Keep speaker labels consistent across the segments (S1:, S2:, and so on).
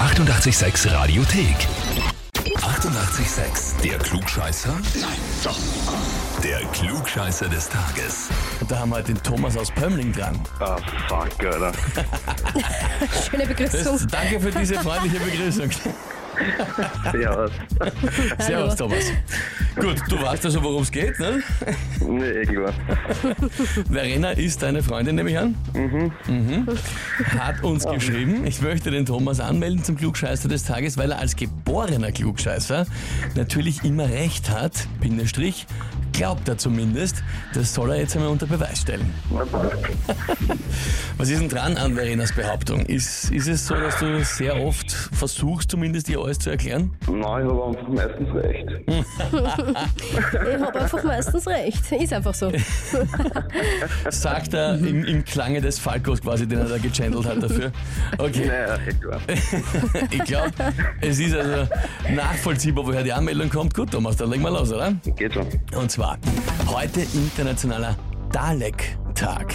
S1: 886 Radiothek. 88,6. Der Klugscheißer? Nein, doch. Der Klugscheißer des Tages.
S2: Und da haben wir halt den Thomas aus Pömmling dran.
S3: Ah, fuck, Alter.
S4: Schöne Begrüßung.
S2: Das, danke für diese freundliche Begrüßung.
S3: Ja, was?
S2: Servus, Thomas. Gut, du weißt also, worum es geht, ne?
S3: Nee, irgendwas.
S2: Verena ist deine Freundin, nehme ich an. Mhm. Hat uns geschrieben, ich möchte den Thomas anmelden zum Klugscheißer des Tages, weil er als geborener Klugscheißer natürlich immer recht hat, Bindestrich, glaubt er zumindest. Das soll er jetzt einmal unter Beweis stellen.
S3: Na, passt.
S2: Was ist denn dran an Verenas Behauptung? Ist, ist es so, dass du sehr oft versuchst, zumindest dir alles zu erklären?
S3: Nein, ich habe einfach meistens recht.
S4: Ich habe einfach meistens recht. Ist einfach so.
S2: Sagt er im, im Klange des Falkos quasi, den er da gechannelt hat dafür. Okay.
S3: Naja, irgendwas.
S2: Ich glaube, es ist also nachvollziehbar, woher die Anmeldung kommt. Gut, Thomas, dann legen wir los, oder?
S3: Geht schon.
S2: Und zwar heute internationaler Dalek-Tag.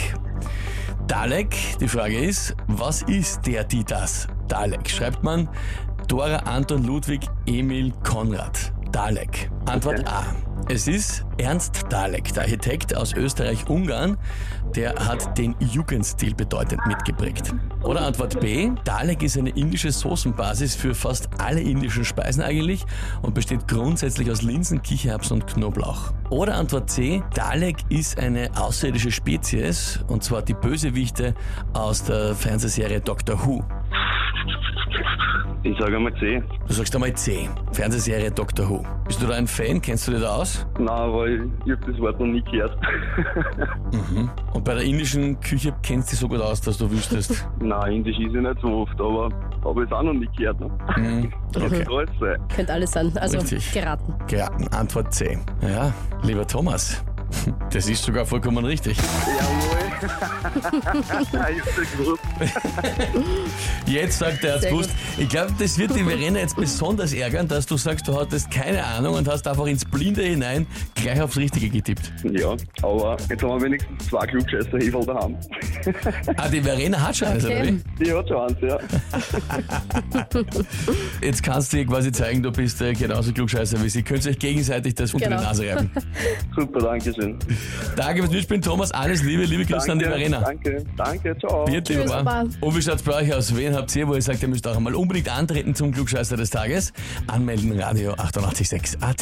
S2: Dalek, die Frage ist, was ist der, die, das? Dalek, schreibt man Dora Anton Ludwig Emil Konrad. Dalek. Antwort A. Es ist Ernst Dalek, der Architekt aus Österreich-Ungarn, der hat den Jugendstil bedeutend mitgeprägt. Oder Antwort B. Dalek ist eine indische Soßenbasis für fast alle indischen Speisen eigentlich und besteht grundsätzlich aus Linsen, Kichererbsen und Knoblauch. Oder Antwort C. Dalek ist eine außerirdische Spezies und zwar die Bösewichte aus der Fernsehserie Doctor Who.
S3: Ich sage einmal C.
S2: Du sagst einmal C. Fernsehserie Doctor Who. Bist du da ein Fan? Kennst du dir da aus?
S3: Nein, aber ich, ich habe das Wort noch nie gehört.
S2: Und bei der indischen Küche kennst du dich so gut aus, dass du wüsstest.
S3: Nein, Indisch ist ja nicht so oft, aber habe ich es auch noch nie gehört. Ne?
S2: Mhm. Okay.
S3: Trotzdem.
S4: Könnte alles sein. Also
S2: Richtig.
S4: geraten.
S2: Geraten. Antwort C. Ja, lieber Thomas. Das ist sogar vollkommen richtig.
S3: Jawohl. ich hab's ja gewusst.
S2: Jetzt sagt er, er hat's
S4: Sehr
S2: gewusst. Ich glaube, das wird die Verena jetzt besonders ärgern, dass du sagst, du hattest keine Ahnung und hast einfach ins Blinde hinein gleich aufs Richtige getippt.
S3: Ja, aber jetzt haben wir wenigstens zwei klugscheißer Hefel daheim.
S2: Ah, die Verena hat schon eins, oder
S4: Okay.
S2: wie?
S3: Die hat schon eins, ja.
S2: Jetzt kannst du dir quasi zeigen, du bist äh, genauso klugscheißer wie sie. Könnt euch gegenseitig das unter
S4: Genau.
S2: die Nase reiben.
S3: Super, danke schön.
S2: Danke fürs Mitspielen, Thomas. Alles Liebe, liebe Grüße
S3: danke,
S2: an die Verena.
S3: Danke, danke, ciao.
S2: Viert, lieber
S4: Tschüss,
S2: Bauer.
S4: Baba.
S2: Und wie schaut's bei euch aus? Wen habt ihr, wo ihr sagt, ihr müsst auch einmal unbedingt antreten zum Klugscheißer des Tages? Anmelden, Radio 886 AT.